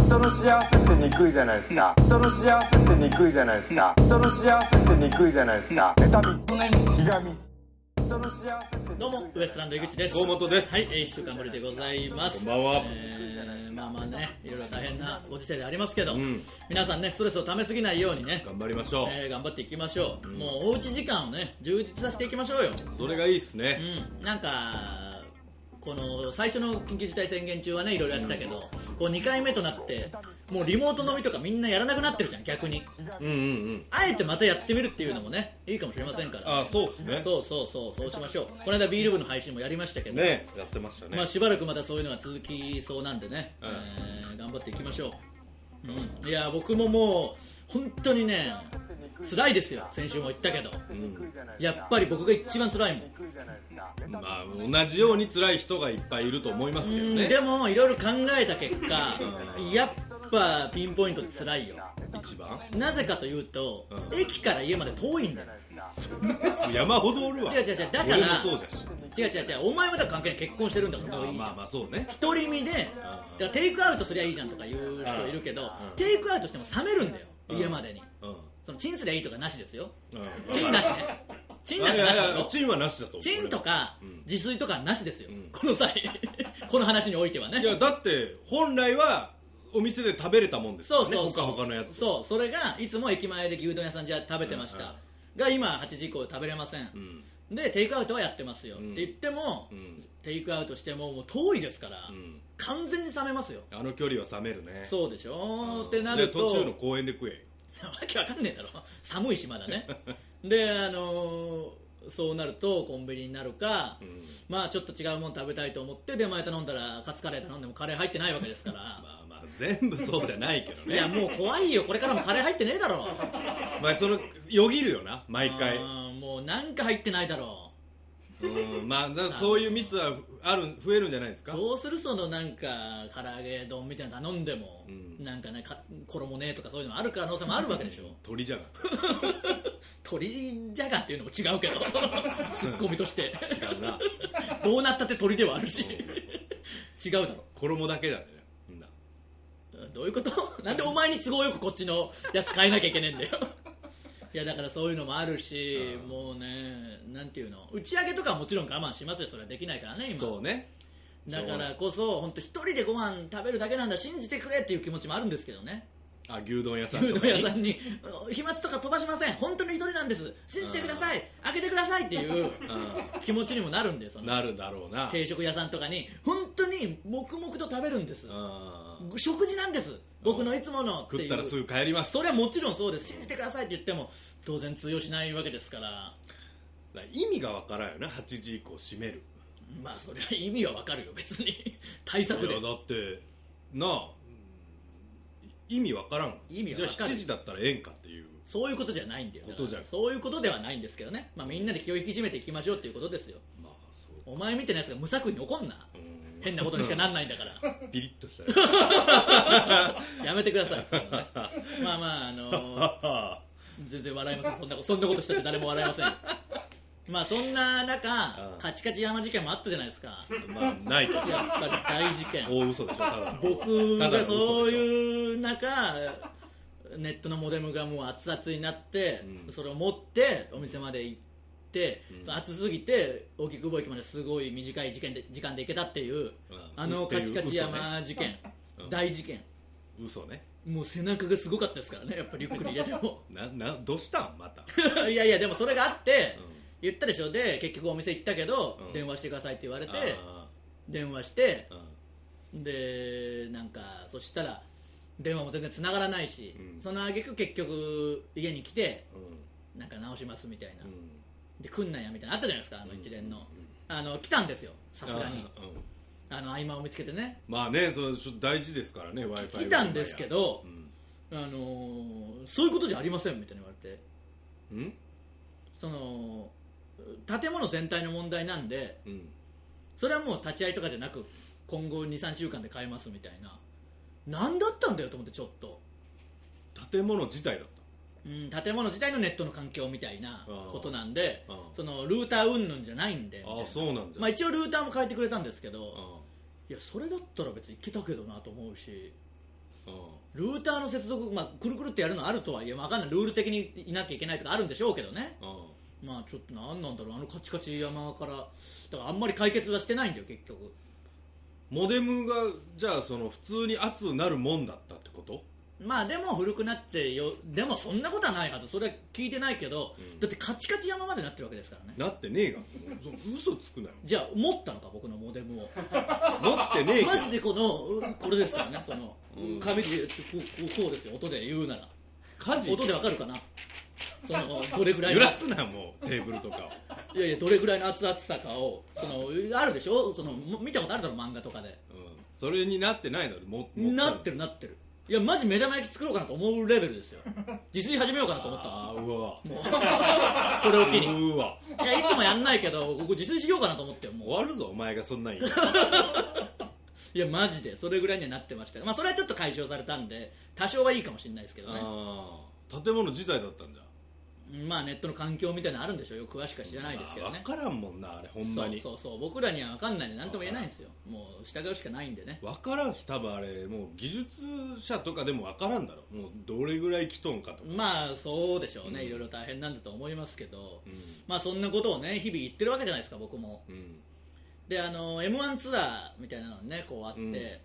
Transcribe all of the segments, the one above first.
人の幸せってにくいじゃないですか人の幸せってにくいじゃないですか人の幸せってにくいじゃないですか妬みひがみ人の幸せってどうもウエストランド井口です河本ですはいえー一週間ぶりでございますこんばんはえーまあまあねいろいろ大変なご時世でありますけど、ん皆さんねストレスをためすぎないようにね、頑張りましょう、えー頑張っていきましょう、もうおうち時間をね充実させていきましょうよそれがいいっすね、うんなんかこの最初の緊急事態宣言中はねいろいろやってたけど、こう2回目となってもうリモート飲みとかみんなやらなくなってるじゃん逆にうん、うんうんあえてまたやってみるっていうのもねいいかもしれませんからあそうっすねそうそうそうそうしましょうこの間ビール部の配信もやりましたけど、ねやってましたね、まあ、しばらくまたそういうのが続きそうなんでね、うんえー頑張っていきましょう、うん、いや僕ももう本当にね辛いですよ先週も言ったけどやっぱり僕が一番辛いもんまあ、同じように辛い人がいっぱいいると思いますけどうんねでもいろいろ考えた結果うんやっぱピンポイントって辛いよ一番なぜかというと、うん駅から家まで遠いんだよ山ほどおるわ違う違う違うだから俺もそうじゃし違う違う違うお前もだから関係ない結婚してるんだからまあまあまあそうね独り身でだからテイクアウトすりゃいいじゃんとか言う人いるけど、うんテイクアウトしても冷めるんだよ、うん家までにうんうんそのチンすりゃいいとかなしですよチチンなしねチンなんいてなやしいだやよチンはなしだと思うチンとかうん自炊とかなしですよ、うんこの際 この話においてはねいやだって本来はお店で食べれたもんですかそらうそねうそう、他々のやつそうそれがいつも駅前で牛丼屋さんじゃ食べてました、うんうんが今8時以降食べれません、うんでテイクアウトはやってますよ、うんって言っても、うんテイクアウトしてももう遠いですから、うん完全に冷めますよあの距離は冷めるねそうでしょ、んってなるとで途中の公園で食え わけわかんねえだろ寒いしまだねであのーそうなるとコンビニになるか、うんまあちょっと違うもの食べたいと思って出前頼んだらカツカレー頼んでもカレー入ってないわけですから、 まあまあ全部そうじゃないけどいやねもう怖いよこれからもカレー入ってねえだろまあそのよぎるよな毎回うんもうなんか入ってないだろうんまあだからそういうミスはある増えるんじゃないですうかどうするそのなんか唐揚げ丼みたいなの頼んでも、うんなんかねか衣ねえとかそういうのもある可能性もあるわけでしょ鳥じゃが鳥じゃがっていうのも違う けどツッコミとして違うなどうなったって鳥ではあるし違うだろ衣だけだねみんなどういうことなんでお前に都合よくこっちのやつ変えなきゃいけねえんだよいやだからそういうのもあるし、うんもうねなんていうの打ち上げとかはもちろん我慢しますよそれはできないからね今そうねだからこそ本当一人でご飯食べるだけなんだ信じてくれっていう気持ちもあるんですけどねあ牛丼屋さん牛と丼かに屋さんに飛沫とか飛ばしません本当に一人なんです信じてください開けてくださいっていう気持ちにもなるんでそうんのなるだろうな定食屋さんとかに本当に黙々と食べるんですうん食事なんです僕のいつものっていう食ったらすぐ帰りますそれはもちろんそうです信じてくださいって言っても当然通用しないわけですからだから意味がわからんよな8時以降閉めるまあそれは意味はわかるよ別に 対策いでやだってなあ意味わからん意味はわかじゃるあ7時だったらええんかっていうそういうことじゃないんだよことじゃんだからそういうことではないんですけどね、まあ、みんなで気を引き締めていきましょうっていうことですよまあそうお前みたいなやつが無作為に怒んなうん変なことにしかなんないんだからピリッとしたよやめてくださいそんなねまあまああのー全然笑いませんそんなことそんなことしたって誰も笑いませんよ まあそんな中うんカチカチ山事件もあったじゃないですかまあないけどやっぱり大事件大嘘でしょただの僕たがだの嘘そうでしょいう中ネットのモデムがもう熱々になって、うんそれを持ってお店まで行って、うんその熱すぎて大きく駅まですごい短い時間で時間で行けたっていう、うんあのカチカチ山事件、うん大事件嘘ねもう背中がすごかったですからねやっぱりゆっくり入れても ななどうしたんまた、いやいやでもそれがあって、うん言ったでしょで結局お店行ったけど、うん電話してくださいって言われてあ電話して、あうんでなんかそしたら電話も全然繋がらないし、うんその挙句結局家に来てうんなんか直しますみたいな、うんで来んなんやみたいなあったじゃないですかあの一連の、うんあの来たんですよさすがにああうんあの合間を見つけてねまあねそうちょっと大事ですからね w i f i 来たんですけどう、ん、あのーそういうことじゃありませんみたいに言われてうんその建物全体の問題なんでうんそれはもう立ち会いとかじゃなく今後23週間で変えますみたいな何だったんだよと思ってちょっと。建物自体だっうん、建物自体のネットの環境みたいなことなんでああそのルーター云々じゃないんでみたいああそうなんだまあ、一応ルーターも変えてくれたんですけたどあいやそれだったら別に行けたけどなと思うしルーターの接続、まあ、くるくるってやるのあるとはいえ、わかんない、ルール的にいなきゃいけないとかあるんでしょうけどね。うんうんまあ、ちょっとなんなんだろう、あのカチカチ山から、だからあんまり解決はしてないんだよ、結局。モデムがじゃあその普通に熱なるもんだったってことまあでも古くなってよ、でもそんなことはないはず、それは聞いてないけど、うんだってカチカチ山までなってるわけですからね。なってねえがそ嘘つくなよじゃあ、持ったのか、僕のモデムを。持ってねえけどマジでこの、うんこれですからね、そのうん、紙でこう、こうこうですよ、音で言うなら。火事音でわかるかなその、どれぐらい揺のらすなもうテーブルとかいやいや、どれぐらいの熱々さかを、その、あるでしょその、も見たことあるだろ、漫画とかで。を、うん、それになってないのももなってるなってる。いや、マジ目玉焼き作ろうかなと思うレベルですよ。自炊始めようかなと思ったあわーうわもう、これを機に。うわいや、いつもやんないけど、ここ自炊しようかなと思ってよも終わるぞお前がそんなん言うう。いや、マジで、それぐらいにはなってました。まあ、それはちょっと解消されたんで、多少はいいかもしれないですけどね。あー建物自体だったんだまあ、ネットの環境みたいなのあるんでしょうよ。詳しくは知らないですけどね。分からんもんなあれほんまにそうそうそう僕らには分かんないんで何とも言えないんですよもう従うしかないんでね分からんし多分あれもう技術者とかでも分からんだろもうどれぐらい来とんかとか、まあそうでしょうね、うんいろいろ大変なんだと思いますけど、うんまあそんなことをね日々言ってるわけじゃないですか僕もうんであの m 1ツアーみたいなのにねこうあって、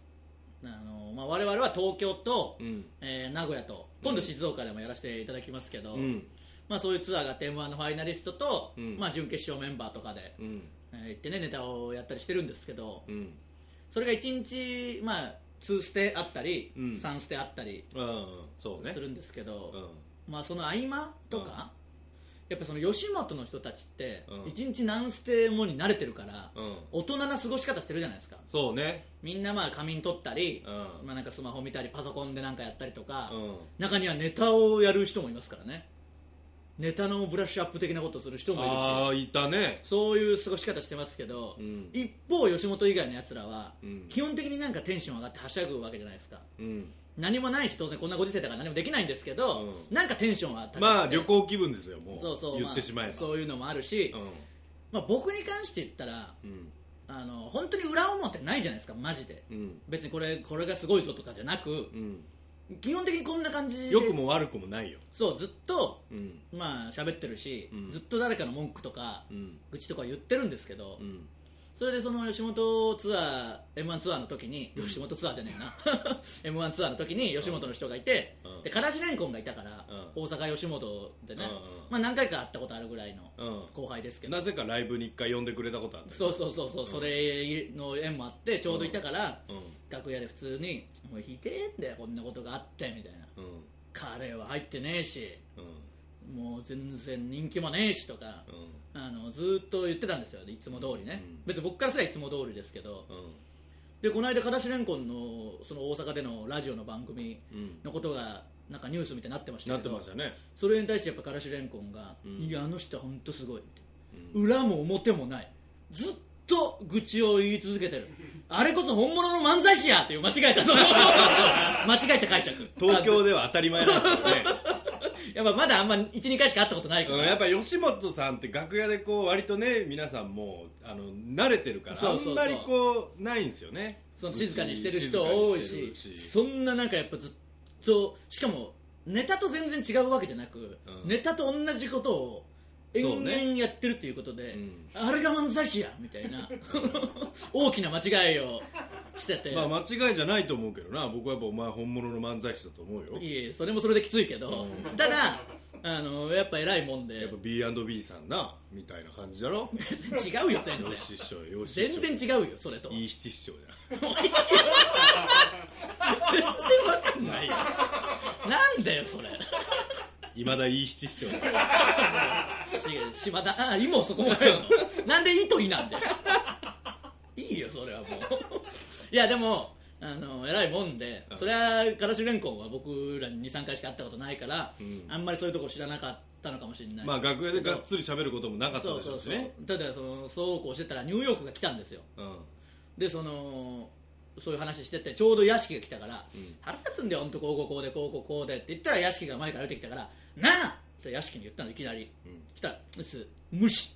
うあのまあ、我々は東京と、うんえー名古屋と今度静岡でもやらせていただきますけど、うんまあ、そういうツアーがあって m 1のファイナリストと、うんまあ、準決勝メンバーとかで、うんえー行ってねネタをやったりしてるんですけど、うんそれが1日、まあ、2ステあったり、うん3ステあったりうんそうねするんですけど、うんまあ、その合間とか、やっぱその吉本の人たちってうん1日何ステもに慣れてるから、うん大人な過ごし方してるじゃないですかそうねみんなまあ仮眠取ったり、うんまあ、なんかスマホ見たりパソコンでなんかやったりとか、うん中にはネタをやる人もいますからねネタのブラッシュアップ的なことをする人もいるあしあいたねそういう過ごし方してますけど、うん一方吉本以外のやつらは、うん基本的になんかテンション上がってはしゃぐわけじゃないですかうん何もないし当然こんなご時世だから何もできないんですけど、うんなんかテンションは高くてまあ旅行気分ですよもうそうそう言ってしまえば、あ、そういうのもあるし、まあ、僕に関して言ったらうんあの本当に裏表ないじゃないですかマジで、うん別にこれこれがすごいぞとかじゃなくう、ん基本的にこんな感じで良くも悪くもないよそうずっとうんまあ喋ってるし、うんずっと誰かの文句とか、うん愚痴とか言ってるんですけど、うんそれでその吉本ツアー m 1ツアーの時に吉本ツアーじゃねえな m 1ツアーの時に吉本の人がいて、うんでからしれんこんがいたから、うん大阪吉本でね、うんうんまあ、何回か会ったことあるぐらいのうん後輩ですけど、なぜかライブに一回呼んでくれたことあったよそうそうそうそう、それの縁もあってちょうどいたから、うん楽屋で普通に「おいひでえんだよこんなことがあって」みたいなうん「カレーは入ってねえしうんもう全然人気もねえし」とか、うあのずーっと言ってたんですよいつも通りね、うん別に僕からすればいつも通りですけど、んうんでこの間、からしれんこんのその大阪でのラジオの番組うんのことがなんかニュースみたいになってましたなっけてどましたねそれに対してやっぱからしれんこんが、うんいや、あの人は本当すごいって、うん裏も表もないずっと愚痴を言い続けてるあれこそ本物の漫才師やっていう間違え たその間違えた解釈東京ででは当たり前なん ですよねやっぱまだあんま12回しか会ったことないかうんら、やっぱ吉本さんって楽屋でこう割とね皆さんもうあの慣れてるからそうそうそうあんまりこうないんですよねその静かにしてる人多いし静かにしてるしそんななんかやっぱずっとしかもネタと全然違うわけじゃなく、うんネタと同じことを延そう々ねやってるっていうことで、うんあれが漫才師やみたいな大きな間違いをしてて、まあ間違いじゃないと思うけどな僕はやっぱお前本物の漫才師だと思うよいえいえそれもそれできついけど、うただあのやっぱ偉いもんやでっぱ B&B さんなみたいな感じだろ違うよ全然よし師匠よし師匠全然違うよそれといい七師匠じかんないよなんだよそれゃんいまだいい七師匠だよ違う島田ああ「い」もそこも入るのなんで「い」と「い」なんだよいいよそれはもういやでもあの偉いもんで、うんそれはからしれんこんは僕らに23回しか会ったことないから、うんあんまりそういうとこ知らなかったのかもしれないまあ楽屋でがっつり喋ることもなかったそうでしそょううしそう、ねただそのそうこうしてたらニューヨークが来たんですようんでそのそういう話しててちょうど屋敷が来たから、うん腹立つんだよ、本当こうこうこうでこうこうこうでって言ったら屋敷が前から出てきたからなあって屋敷に言ったのいきなり、うん来たらうっす無 視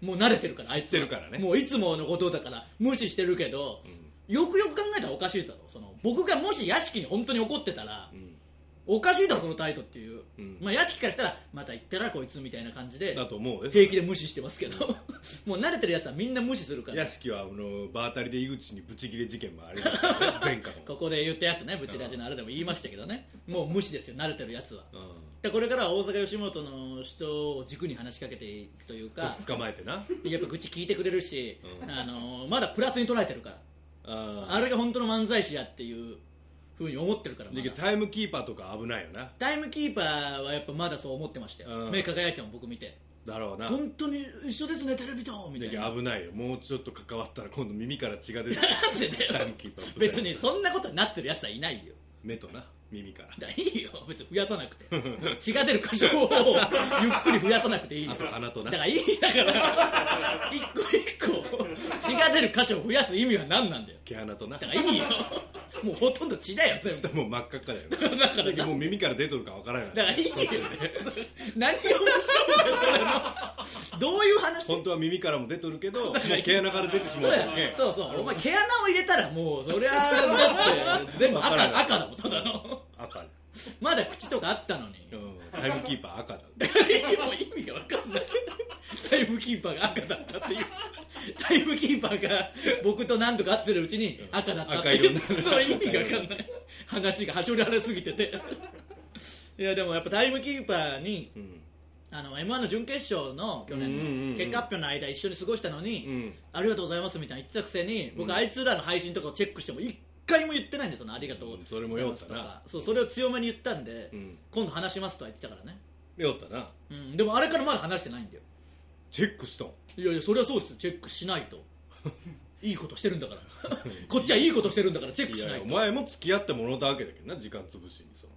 もう慣れてるからあいつは知ってるからねもういつものことだから無視してるけど、よくよく考えたらおかしいだろその僕がもし屋敷に本当に怒ってたら、うんおかしいだろその態度っていう、うんまあ屋敷からしたらまた行ったらこいつみたいな感じでだと思うね平気で無視してますけど もう慣れてるやつはみんな無視するから屋敷はあの場当たりで井口にブチギレ事件もありましたからね前回もここで言ったやつねブチラジのあれでも言いましたけどねもう無視ですよ慣れてるやつはうんでこれからは大阪吉本の人を軸に話しかけていくというか捕まえてなやっぱ愚痴聞いてくれるし、うんあのまだプラスに捉えてるからああれが本当の漫才師やっていうふうに思ってるからまだだけどタイムキーパーとか危ないよなタイムキーパーはやっぱまだそう思ってましたうよん目輝いても僕見てだろうな本当に一緒ですねテレビとみただいけなど危ないよもうちょっと関わったら今度耳から血が出てくるなんでだタイよムキーパー別にそんなことになってるやつはいないよ目とな耳からだいいよ別に増やさなくて血が出る箇所をゆっくり増やさなくていいよあと穴となだからいいだから一個一個血が出る箇所を増やす意味は何なんだよ毛穴となだからいいよもうほとんど血だよ全部下もう真っ赤っかだよだからなだけどもう耳から出とるかわからないだからいいよ何が面白いんだよそれのどういう話本当は耳からも出とるけど もう毛穴から出てしそまううわけやそうそうお前毛穴を入れたらもうそりゃだって全部わから赤ない赤だもんただの赤まだ口とかあったのにうんタイムキーパー赤だ もう意味が分かんないタイムキーパーが赤だったっていうタイムキーパーが僕と何度か会ってるうちに赤だったっていう赤色にそなるれ意味が分かんない話が端折られすぎてていやでもやっぱタイムキーパーにうんあの m 1の準決勝の去うんうんうん年うんの結果発表の間一緒に過ごしたのに、うんありがとうございますみたいな言ってたくせに僕、あいつらの配信とかをチェックしても一回も言ってないんですよねありがとうございますとか、うんそれもよかったなそうそれを強めに言ったんで、うん今度話しますとは言ってたからね、よったなうん、でもあれからまだ話してないんだよチェックしたんいやいやそれはそうですよチェックしない といいことしてるんだから こっちはいいことしてるんだからチェックいしやないいやとお前も付き合ってものだわけだけどな時間潰しにその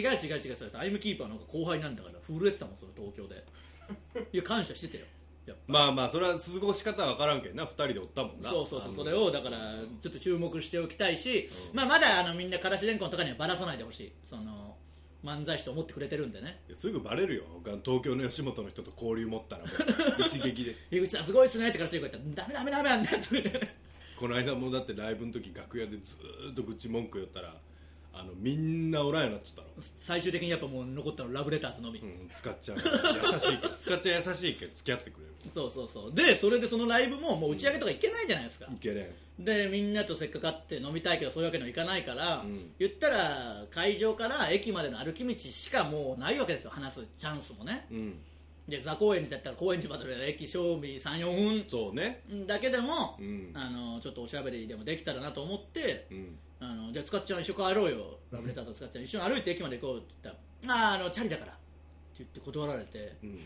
違う違う違うそれタイムキーパーの方が後輩なんだから震えてたもんそれ東京でいや感謝しててよやっぱまあまあそれは過ごし方は分からんけどな二人でおったも んなそうそうそあうのそれをだからちょっと注目しておきたいし、まあ、まだあのみんなからしれんこんとかにはばらさないでほしいその漫才師と思ってくれてるんでねすぐバレるよ東京の吉本の人と交流持ったらも う一撃で井口さんすごいっすねってからしれんこん言ったらダメダメダメあんなやつ この間もだってライブの時楽屋でずーっと愚痴文句言ったらあのみんなおらんようになっちゃったろ最終的にやっぱもう残ったのラブレターズのみ、うん、使っちゃう優しいけど使っちゃ優しいけど付き合ってくれるそうそうそうでそれでそのライブももう打ち上げとか行けないじゃないですか、いけねでみんなとせっかく会って飲みたいけどそういうわけにはいかないから、うん言ったら会場から駅までの歩き道しかもうないわけですよ話すチャンスもねえうんで座高円寺だったら高円寺までの駅正味34分そうねだけでも、うんあのちょっとおしゃべりでもできたらなと思って、うんあのじゃあ塚っちゃん一緒に帰ろうよラブレターズと使っちゃん一緒に歩いて駅まで行こうって言ったら「あああのチャリだから」って言って断られて、うん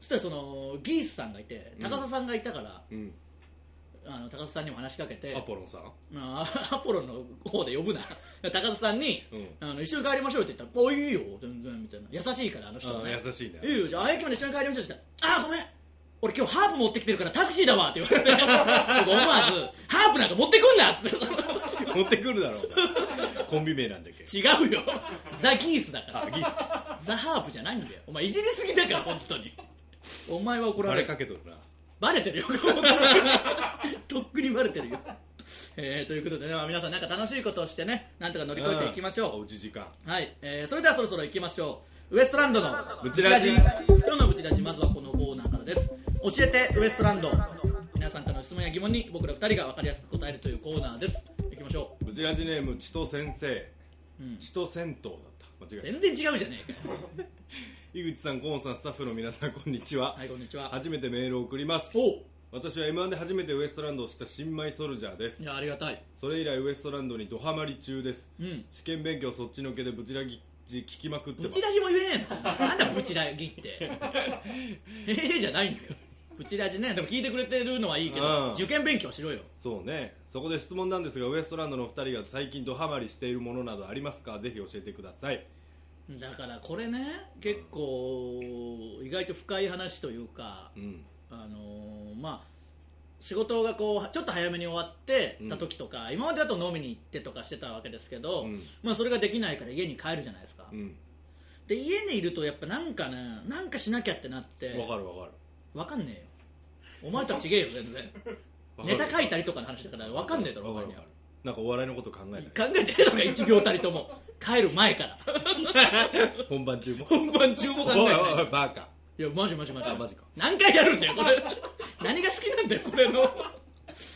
そしたらそのギースさんがいて高田さんがいたから、うんあの高田さんにも話しかけてアポロンさん まあ アポロの方で呼ぶな高田さんに、うんあの「一緒に帰りましょう」って言ったら「あいいよ全然」みたいな優しいからあの人はねあー優しいねいいよじゃあ駅まで一緒に帰りましょうって言ったら「あーごめん俺今日ハープ持ってきてるからタクシーだわ」って言われて 僕思わず「ハープなんか持ってくんな」っつって持ってくるだろお前コンビ名なんだっけ 違うよザ・ギースだかあらギーザ・ハープじゃないんだよお前いじりすぎだから本当にお前は怒スらあれれるかけとるなバレてるよとっくにバレてるよえーということでね、まあ皆さんなんか楽しいことをしてねなんとか乗り越えていきましょうおうち時間はい、えーそれではそろそろ行きましょうウエストランドのブチラジ今日のブチラジまずはこのコーナーからです教えてウエストランド皆さんからの質問や疑問に僕ら二人が分かりやすく答えるというコーナーです行きましょブチラジネーム千と先生う、うん、千と銭湯だった間違え全然違うじゃねえかよた井口さん河野さんスタッフの皆さんこんにちは、はいこんにちは初めてメールを送りますお私は m 1で初めてウエストランドを知った新米ソルジャーですいやありがたいそれ以来ウエストランドにドハマり中です、うん試験勉強そっちのけでブチラギ聞きまくってブまチすラジも言えねえのなんだブチラギってええじゃないんだよブチラジねでも聞いてくれてるのはいいけうんど受験勉強しろよそうねそこで質問なんですがウエストランドのお二人が最近ドハマりしているものなどありますかぜひ教えてくださいだからこれね結構意外と深い話というかうんあのーまあ仕事がこうちょっと早めに終わってた時とか、今までだと飲みに行ってとかしてたわけですけど、うんまあ、それができないから家に帰るじゃないですか、うんで家にいるとやっぱなんかねなんかしなきゃってなってわかるわかるわかんねえよお前とは違えよ全然わかネるタ書いたりとかの話だからわかんねえだろわか他るにわはかるなんかお笑いのこと考え考えてるのか1秒たりとも帰る前からたり本番中も本番中も考えておいないおいおいバカいやマジマジマジあマジか何回やるんだよこ れ何が好きなんだよこれの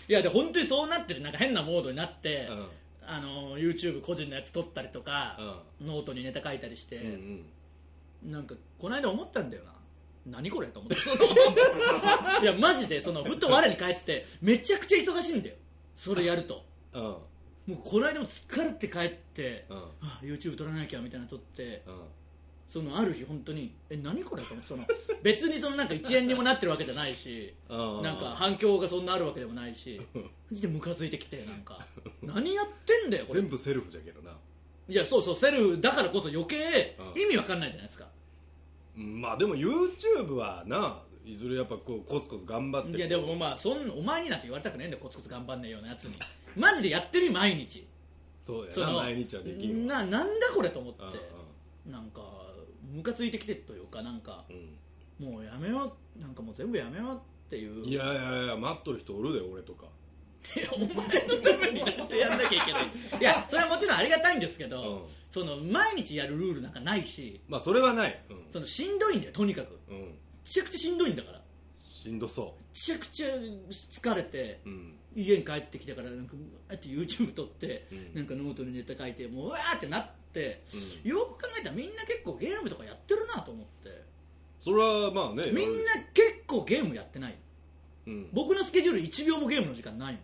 いやで本当にそうなっててなんか変なモードになって、うんあの YouTube 個人のやつ撮ったりとか、ノートにネタ書いたりして、うんうんなんかこの間思ったんだよな何これと思って そのいやマジでそのふと我に返ってめちゃくちゃ忙しいんだよそれやるとうんもうこの間も疲れて帰って、うんはあ YouTube 撮らなきゃみたいなの撮ってうんそのある日本当にえ何これと思ってその別にそのなんか1円にもなってるわけじゃないしうんなんか反響がそんなあるわけでもないしマジでムカついてきてなんか何やってんだよこれ全部セルフじゃけどないやそうそうセルフだからこそ余計うん意味わかんないじゃないですかうんまあでも YouTube はないずれやっぱこうコツコツ頑張っていやでもまあそんお前になんて言われたくないんだよコツコツ頑張んねえようなやつにマジでやってみ毎日そうそやなの毎日はできんわななんだこれと思ってうんなんかムカついてきてというかなんかうんもうやめようなんかもう全部やめようっていういやいやいや待っとる人おるで俺とかいや お前のためになんてやんなきゃいけないいやそれはもちろんありがたいんですけど、うんその毎日やるルールなんかないしまあそれはないうんそのしんどいんだよとにかくめうんちゃくちゃしんどいんだからめしんどそちゃくちゃ疲れてううん家に帰ってきたからなんかあって YouTube 撮って、うんなんかノートにネタ書いてもううわーってなって、うんよく考えたらみんな結構ゲームとかやってるなと思ってそれはまあねみんな結構ゲームやってないうん僕のスケジュール1秒もゲームの時間ないも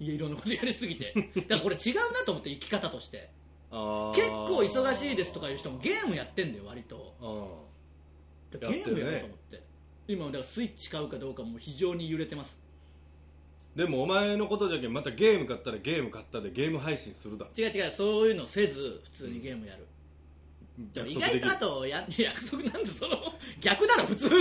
んいやいろんなことやりすぎてだからこれ違うなと思って生き方としてあー結構忙しいですとかいう人もゲームやってんだよ割とうんだやかっらてゲるねームやろうと思って今だからスイッチ買うかどうかも非常に揺れてますでもお前のことじゃけんまたゲーム買ったらゲーム買ったでゲーム配信するだろ違う違うそういうのせず普通にゲームやる、約意束外できるとあとや 約束なんでその逆だろ普通の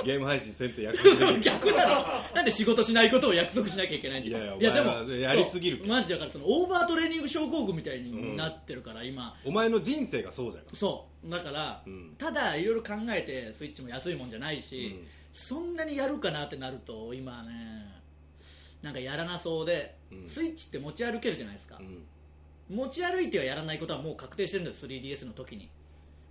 ゲーム配信せんって約束できる 逆だろなんで仕事しないことを約束しなきゃいけないんだよいやいやお前はやりすぎるそうマジだからそのオーバートレーニング症候群みたいになってるから、今お前の人生がそうじゃんそうだから、うんただいろいろ考えてスイッチも安いもんじゃないし、うんそんなにやるかなってなると今ねなんかやらなそうで、うんスイッチって持ち歩けるじゃないですか、うん持ち歩いてはやらないことはもう確定してるんだよ 3DS の時に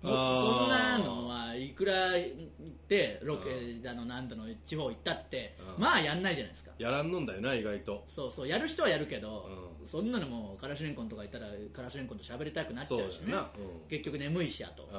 もうあーそんなのはいくら行ってロケだの何だの地方行ったってうんまあやんないじゃないですかやらんのんだよな意外とそうそうやる人はやるけど、うんそんなのもうからしれんこんとかいたらからしれんこんと喋りたくなっちゃうしそうねだなうん結局眠いしあとうん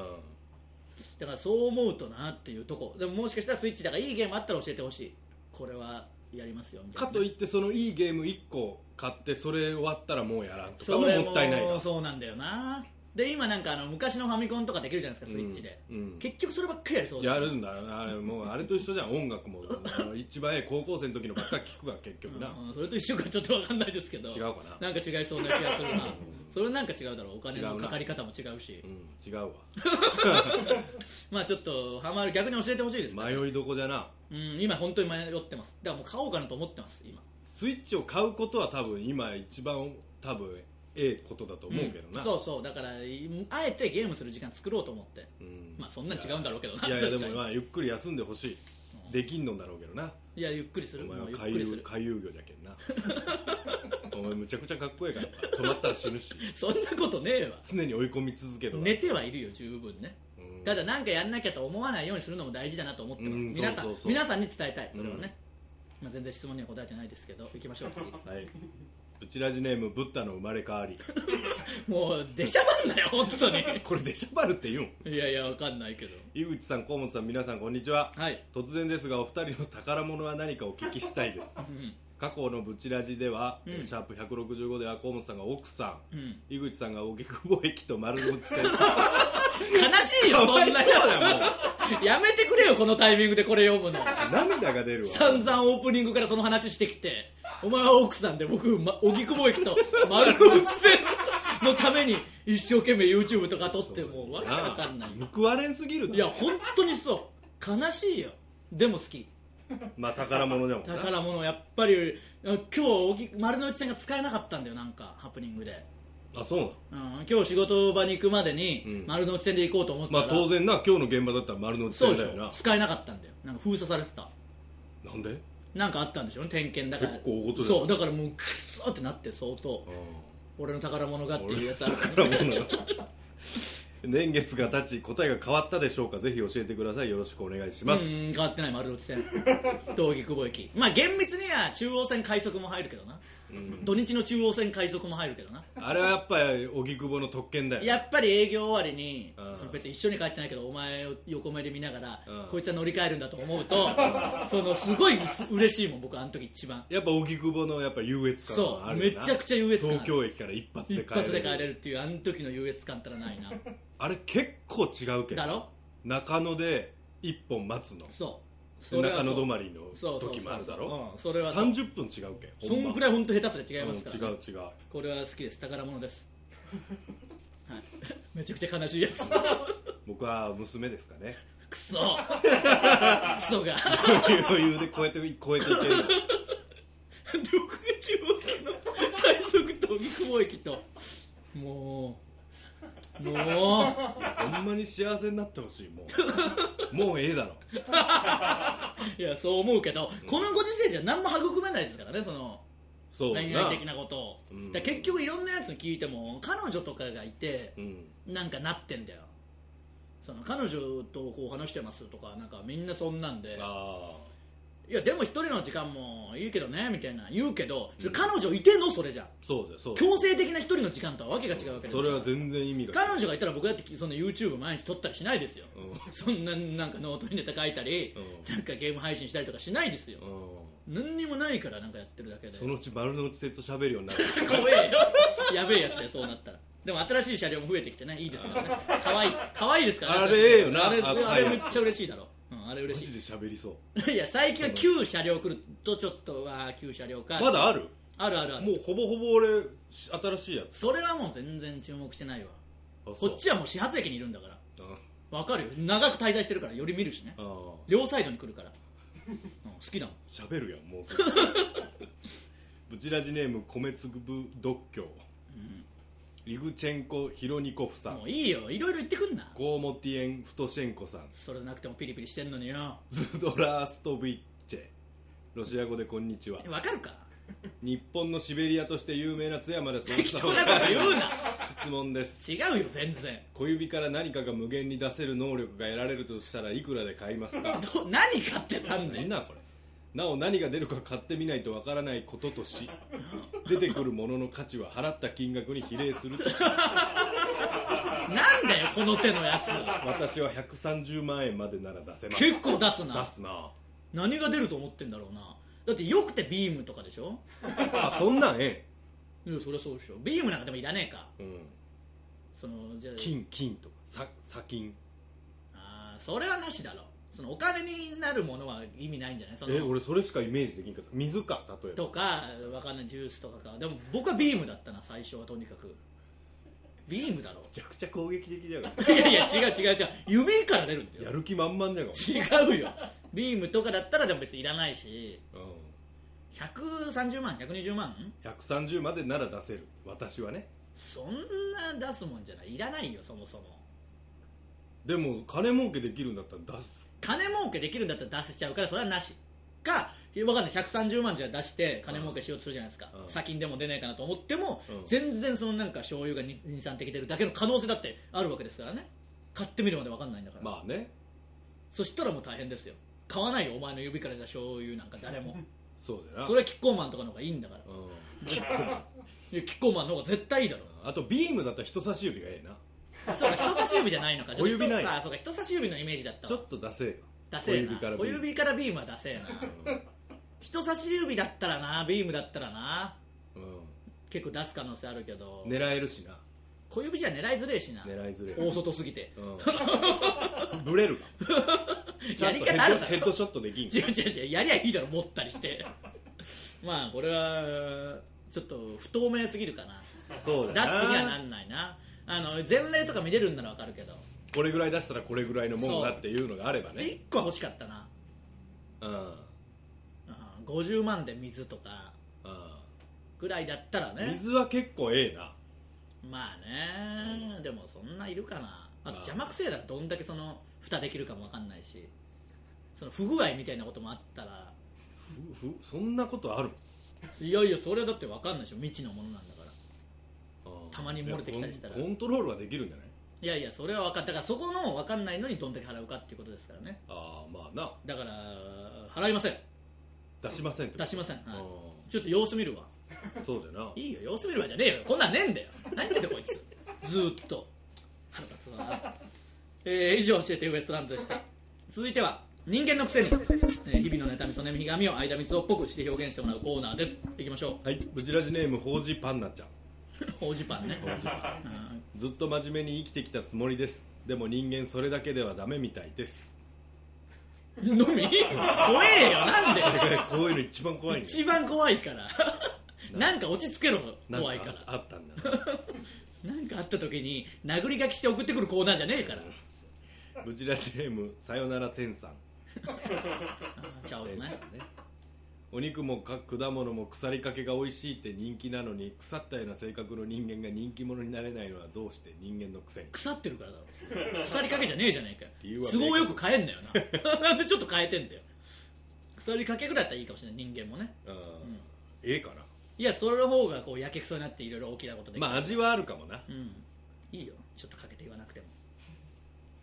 だからそう思うとなっていうとこでももしかしたらスイッチだからいいゲームあったら教えてほしいこれはやりますよみたいかなといってそのいいゲーム1個買ってそれ終わったらもうやらんとかそもれもったいないなそうなんだよなで今なんかあの昔のファミコンとかできるじゃないですかスイッチで、うんうん結局そればっかりやりそうですやるんだよなあれもうあれと一緒じゃん音楽もあの一番ええ高校生の時のばっかり聞くが結局なうんそれと一緒かちょっと分かんないですけど違うかなんか違いそうな気がする なそれなんか違うだろうお金違うのなかかり方も違うしうん違うわまあちょっとハマる逆に教えてほしいです、ね迷いどこじゃなうん、今本当に迷ってますだからもう買おうかなと思ってます今スイッチを買うことは多分今一番多分ええことだと思うけどな、んそうそうだからいあえてゲームする時間作ろうと思って、うんまあそんなん違うんだろうけどないやいやで も絶対まあゆっくり休んでほしいできんのだろうけどないやゆっくりすおる前もはうゆっく回りす遊る回遊魚じゃけんな お前むちゃくちゃかっこええからな止まったら死ぬしそんなことねえわ常に追い込み続けとか寝てはいるよ十分ねうんただなんかやんなきゃと思わないようにするのも大事だなと思ってます、うん皆さんそうそうそう皆さんに伝えたいそれはね、まあ、全然質問には答えてないですけど行きましょう 次はいブチラジネームブッダの生まれ変わりもう出しゃばんなよ本当に これデシャバルって言うんいやいやわかんないけど井口さん河本さん皆さんこんにちは、はい、突然ですがお二人の宝物は何かお聞きしたいですうん過去のブチラジでは、んえーシャープ165では河本さんが奥さん、うん、井口さんが荻窪駅と丸の内線悲しいよかそんわないそう だやめてくれよこのタイミングでこれ読むの涙が出るわ散々オープニングからその話してきてお前は奥さんで僕、ま、荻窪駅と丸の内線のために一生懸命 YouTube とか撮ってもうわけわかんないなあ報われんすぎるないや本当にそう悲しいよでも好きまあ宝物だもんな宝物やっぱり今日荻丸の内線が使えなかったんだよなんかハプニングで、あそうなのうん、今日仕事場に行くまでうにん丸の内線で行こうと思ったまら、あ当然な今日の現場だったら丸の内そう線でだしよなょ使えなかったんだよなんか封鎖されてたなんでなんかあったんでしょうね点検だから結構大事だよそうだからもうクソってなって相当俺の宝物がっていうやつあるから宝物 が年月が経ち答えが変わったでしょうかぜひ教えてくださいよろしくお願いします、うん変わってない丸の内 線道義久保駅まあ厳密には中央線快速も入るけどな、土日の中央線快速も入るけどなあれはやっぱり荻窪の特権だよやっぱり営業終わりにうんその別に一緒に帰ってないけどお前を横目で見ながらうんこいつは乗り換えるんだと思う とそのすごいす嬉しいもん僕あの時一番やっぱ荻窪のやっぱ優越感はあるよなそうめちゃくちゃ優越感ある東京駅から一発で一帰れる発で帰れるっていうあの時の優越感たらないなあれ結構違うけどだろ中野で一本待つのそうそれは中そう野止まりそのうそうそう時もあるだろうんそれはそう30分違うけそんくらい本当下手すら違い違まうん違すから、う違うこれは好きです宝物 です、はい、めちゃくちゃ悲しいやつ僕は娘ですかね クソクソが余裕で超えて超えていけるのどこが中央線の快速と荻窪駅ともうもうほんまに幸せになってほしいもうもうええだろいやそう思うけどこのご時世じゃ何も育めないですからねそのそうだ恋な愛的なことを、うんだから結局いろんなやつに聞いても彼女とかがいてうんなんかなってんだよその彼女とこう話してますとかなんかみんなそんなんであいやでも一人の時間もいいけどねみたいな言うけど、それ彼女いてのそれじゃーそうだよそうだよ強制的な一人の時間とはわけが違うわけですそよれは全然意味が彼女がいたら僕だってその YouTube 毎日撮ったりしないですよ、うんそんななんかノートにネタ書いたり、うなんかゲーム配信したりとかしないですよ、うん何にもないからなんかやってるだけでそのうち丸の内線と喋るよう になる怖え よやべえやつだよそうなったらでも新しい車両も増えてきてねいいですからね可愛い可愛いですからねあれええよなあれ赤いあれめっちゃ嬉しいだろ、うん、あれマ嬉ジしで喋りそういいや最近は旧車両来るとちょっとあー旧車両かまだあるあるあるあるもうほぼほぼ俺し新しいやつそれはもう全然注目してないわこっちやはもう始発駅にいるんだからあわかるよ長く滞在してるからより見るしねあー両サイドに来る から、うん、好きだもん喋るやんもう それブチラジネーム米粒独協、リグチェンコヒロニコフさんもういいよいろいろ言ってくんなコーモティエンフトシェンコさんそれなくてもピリピリしてんのによズドラーストビッチェロシア語でこんにちはわかるか日本のシベリアとして有名な津山です 適当なこと言うな質問です違うよ全然小指から何かが無限に出せる能力が得られるとしたらいくらで買いますかど何かってなんだ何よなこれなお何が出るか買ってみないとわからないこととし出てくるものの価値は払った金額に比例するとしなんだよこの手のや私は130万円までなら出せまつす結構出すな出すな何が出ると思ってんだろうなだってよくてビームとかでしょあそんなんえいやそりゃそうでしょビームなんかでもいらねえかえ、うん、そのじゃあ金金とかさ砂金あーそれはなしだろそのお金になるものは意味ないんじゃないそのえ俺それしかイメージできんかった水か例えばとかわかんないジュースとかかでも僕はビームだったな最初はとにかくビームだろ めちゃくちゃ攻撃的じゃがいやいや違う違う違う指から出るんだやよる気満々じゃが、違うよビームとかだったらでも別にいらないしう130万120万ん、130までなら出せる私はねそんな出すもんじゃないいらないよそもそもでも金儲けできるんだったら出す金儲けできるんだったら出せちゃうからそれはなしか分かんない130万じゃ出して金儲けしようとするじゃないですか、うん砂金でも出ないかなと思っても、うん全然そのなんか醤油が二酸的出るだけの可能性だってあるわけですからね買ってみるまで分かんないんだから、まあねそしたらもう大変ですよ買わないよお前の指からじゃ醤油なんか誰もそうだよなそれはキッコーマンとかの方がいいんだからうん いやキッコーマンの方が絶対いいだろあとビームだったら人差し指がええなそうか人差し指じゃないのかちょっと 小指ないあそうか人差し指のイメージだったわちょっと出せよダセえな小指からビ小ーム指からビームはダセえな人差し指だったらなビームだったらなう結構出す可能性あるけど、ん、狙えるしな小指じゃ狙いづれえしな狙いづれえ大外すぎ てうん、 ブレるか やり方あるだヘッドろショットできん違う違う違うやりゃいいだろ持ったりして まあこれはちょっと不透明すぎるかなそう出す気だなにはなんないなあの前例とか見れるんならわかるけどこれぐらい出したらこれぐらいのもんだっていうのがあればね1個は欲しかったな、うんうんうん、50万で水とかぐらいだったらね水は結構ええなまあねでもそんないるかなあとまあ邪魔くせえだろどんだけその蓋できるかもわかんないしその不具合みたいなこともあったらふふそんなことあるいやいやそれはだって分かんないでしょ未知のものなんだからたまに漏れてきたりしたらいやコンコントロールはできるんじゃないいやいやそれは分かっただからそこの分かんないのにどんだけ払うかっていうことですからねああまあなだから払いません出しませんってこと出しません、はあい、ちょっと様子見るわーそうじゃないいよ様子見るわじゃねえよこんなんねえんだよ何言ってんだよこいつずーっと腹立つわ、えー、以上教えてウエストランドでした続いては人間のくせに、えー日々の妬みそねみひがみを間みつをっぽくして表現してもらうコーナーですいきましょはいブチラジネームほうじパンナちゃんう ほうじパンねほうじパンうんずっと真面目に生きてきたつもりですでも人間それだけではダメみたいですのみ怖えよなんでこれこういうの一番怖いんだよ一番怖いからなんか落ち着けろなん怖いからあったんだなんかあった時に殴り書きして送ってくるコーナーじゃねえからブチラジネームさよなら天さんチャオズ天さんねねお肉もか果物も腐りかけが美味しいって人気なのに腐ったような性格の人間が人気者になれないのはどうして人間のくせに腐ってるからだろ腐りかけじゃねえじゃね理え由かよは都合よく変えんだよななん でちょっと変えてんだよ腐りかけぐらいだったらいいかもしれない人間もねうんええかないやそれの方がこうやけくそになっていろいろ大きなことできるまあ味はあるかもなうんいいよちょっとかけて言わなくても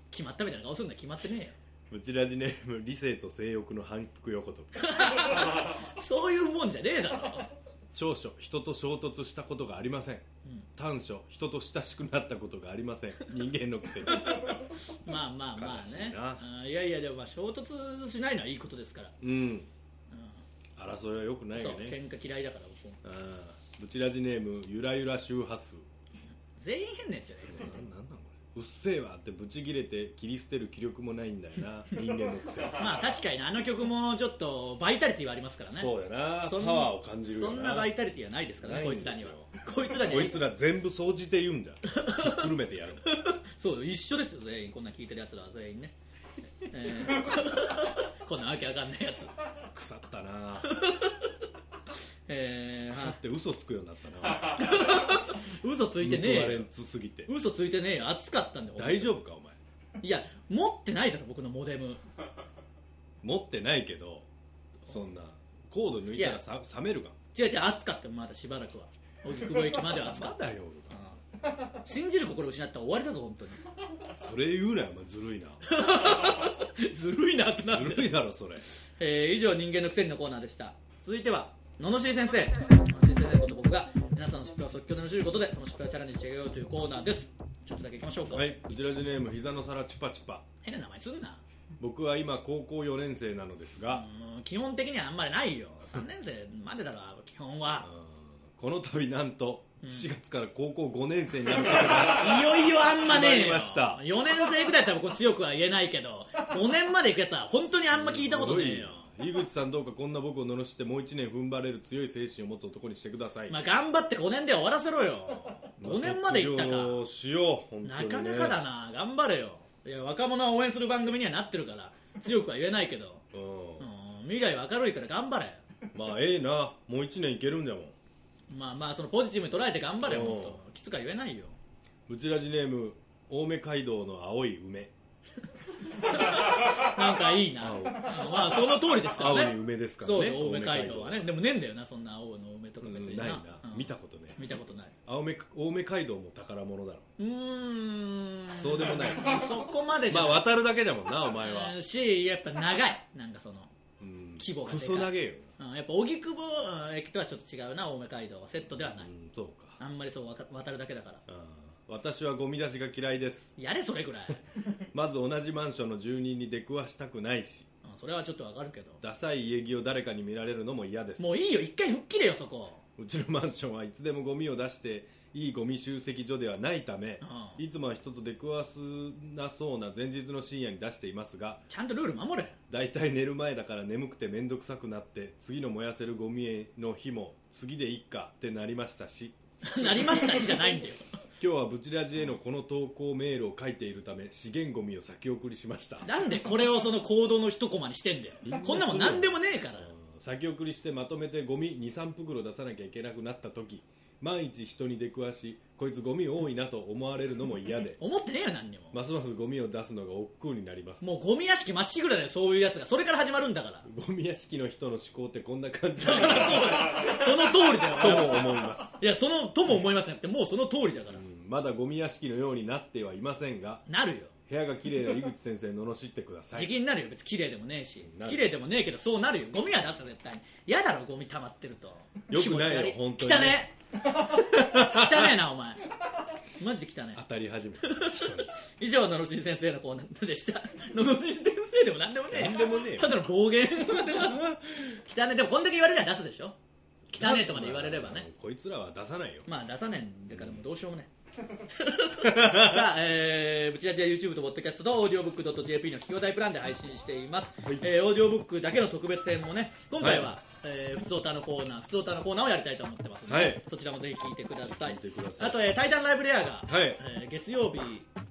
決まったみたいな顔するんだ決まってねえよブチラジネーム理性と性欲の反復横跳びそういうもんじゃねえだろ長所人と衝突したことがありません、短所人と親しくなったことがありませ ん人間のくせにまあまあまあ悲しねいなうんいやいやでもまあ衝突しないのはいいことですから、うん争いはよくないそようね喧嘩嫌いだから僕もうんブチラジネームゆらゆら周波数全員変なやつじゃねなんなんなんこれうっせえわってブチギレて切り捨てる気力もないんだよ な人間のくせにえかまあ確かにねあの曲もちょっとバイタリティはありますからねそうやなパそんなワーを感じるよそなんなバイタリティはないですからねなこいいんつでらすによはこいつらにこはいつら全部総じて言うんだひっくるめてやる そう一緒ですよ全員こんなん聞いてるやつらは全員ね、えーこんなわけわかんないやつ腐ったなえー腐はって嘘つくようになったない嘘 ついてね報わえれよんつすぎて嘘ついてねえよ熱かったんだよ大丈夫かお前いや持ってないだろ僕のモデム持ってないけどそんなコード抜いたらさ冷めるか違う違う暑かったよまだしばらくは荻窪駅までは暑かまっだよた信じる心を失ったら終わりだぞ本それ言うなよお前ずるいな当にずるいなって なってずるいだろそれえー以上人間のくせにのコーナーでした続いては罵り先生罵り先生こと僕が皆さんの失敗を即興で罵ることでその失敗をチャレンジしてあげようというコーナーですちょっとだけいきましょうか、はいこちらジネーム膝の皿チュパチュパ変な名前すんな僕は今高校4年生なのですが、もう基本的にはあんまりないよ3年生までだろ基本はうーんこの度なんと4月から高校5年生になることが、いよいよあんまねえ決まりましたよ4年生ぐらいだったら僕強くは言えないけど5年まで行くやつは本当にあんま聞いたことねえよ井口さんどうかこんな僕を罵ってもう1年踏ん張れる強い精神を持つ男にしてくださ い、まあ頑張って5年で終わらせろ よ5年まで行った卒か業しよう本当なに、ね、かなかだな頑張れよいや若者を応援する番組にはなってるから強くは言えないけど、うんうん、未来は明るいから頑張れまあええなもう1年いけるんだもんまあまあそのポジティブに捉えて頑張れようんほんときつか言えないよブチラジネーム青梅街道の青い梅なんかいいな、 青うんまあその通りですから青ねい梅ですからねそうだ青梅街道はねでもねえんだよなそんな青の梅とかうん別にないな,なうん、見たことね見たことない青梅青梅街道も宝物だろうーんそうでもないそこまでじまゃあない、渡るだけじゃもんなお前はうんしやっぱ長いなんかそのうん規模がでクかいソ投げようんやっぱ荻窪うん駅とはちょっと違うな青梅街道はセットではうない、んそうかあんまりそうわか渡るだけだからうん私はゴミ出しが嫌いですやれそれぐらい、 まず同じマンションの住人に出くわしたくないしうん、それはちょっとわかるけどダサい家着を誰かに見られるのも嫌ですもういいよ一回吹っ切れよそこうちのマンションはいつでもゴミを出していいゴミ集積所ではないため、うんいつもは人と出くわすなそうな前日の深夜に出していますがちゃんとルール守れ だいたい寝る前だから眠くて面倒くさくなって次の燃やせるゴミの日も次でいっかってなりましたしなりましたしじゃないんだよ今日はブチラジへのこの投稿メールを書いているため資源ゴミを先送りしましたなんでこれをその行動の一コマにしてんだよこんなもん何でもねえから先送りしてまとめてゴミ23袋出さなきゃいけなくなった時万一人に出くわしこいつゴミ多いなと思われるのも嫌で思ってねえよ何にも、ますますゴミを出すのが億劫になりますもうゴミ屋敷まっしぐらだよそういうやつがそれから始まるんだからゴミ屋敷の人の思考ってこんな感じだからそうだよその通りだよ とも思います、いやそのとも思いますなくてもうその通りだから、うんまだゴミ屋敷のようになってはいませんがなるよ部屋が綺麗な井口先生罵ってくださ時い期になるよ別に綺麗でもねえしなる綺麗でもねえけどそうなるよゴミは出す絶対に嫌だろゴミ溜まってるとよくないよ気本持当ち悪に汚ね え汚えなお前マジで汚当えたり始 めた人に以上のろしん先生のコーナーでしたのろしん先生でもなんでもねえなんでもねえよただの暴言汚ねえでもこんだけ言われれば出すでしょ汚ねえとまで言われればねこいつらは出さないよまあ出さねえんだからもうどうしようも ないさあ、えー、ぶちラジは YouTube と Podcast と audiobook.jp の企業大プランで配信しています、はいえー、オーディオブックだけの特別編もね今回は、はいえー、普通歌のコーナー普通歌のコーナーをやりたいと思ってますので、はいそちらもぜひ聞いてください聞いてくださいあと、えー、タイタンライブレアが、はいえー月曜日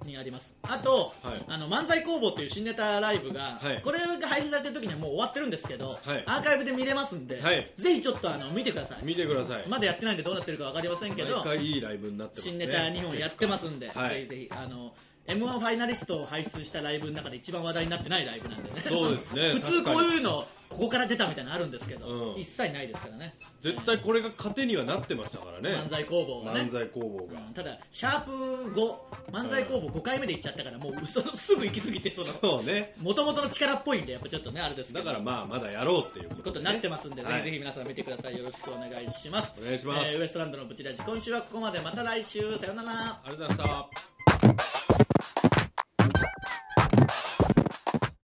にありますあと、はいあの漫才工房っていう新ネタライブが、はいこれが配信されてる時にはもう終わってるんですけど、はいアーカイブで見れますんで、はいぜひちょっとあの見てください見てくださいまだやってないんでどうなってるか分かりませんけど毎回いいライブになってますね新ネタ2本やってますんで、はいぜひぜひあの m 1ファイナリストを輩出したライブの中で一番話題になってないライブなんでねそうで すね普通確かこにういうのここから出たみたいなのあるんですけど、うん一切ないですからね絶対これが糧にはなってましたからね漫才工房はね漫才工房が、うんただシャープ5漫才工房5回目でいっちゃったからもうそのすぐ行き過ぎてそのそうね元々の力っぽいんでやっぱちょっとねあれですけだどからまあまだやろうっていうこと,、ことになってますんで、はいぜひぜひ皆さん見てくださいよろしくお願いしますお願いしますえーウエストランドのブチラジ今週はここまでまた来週さようならありがとうございました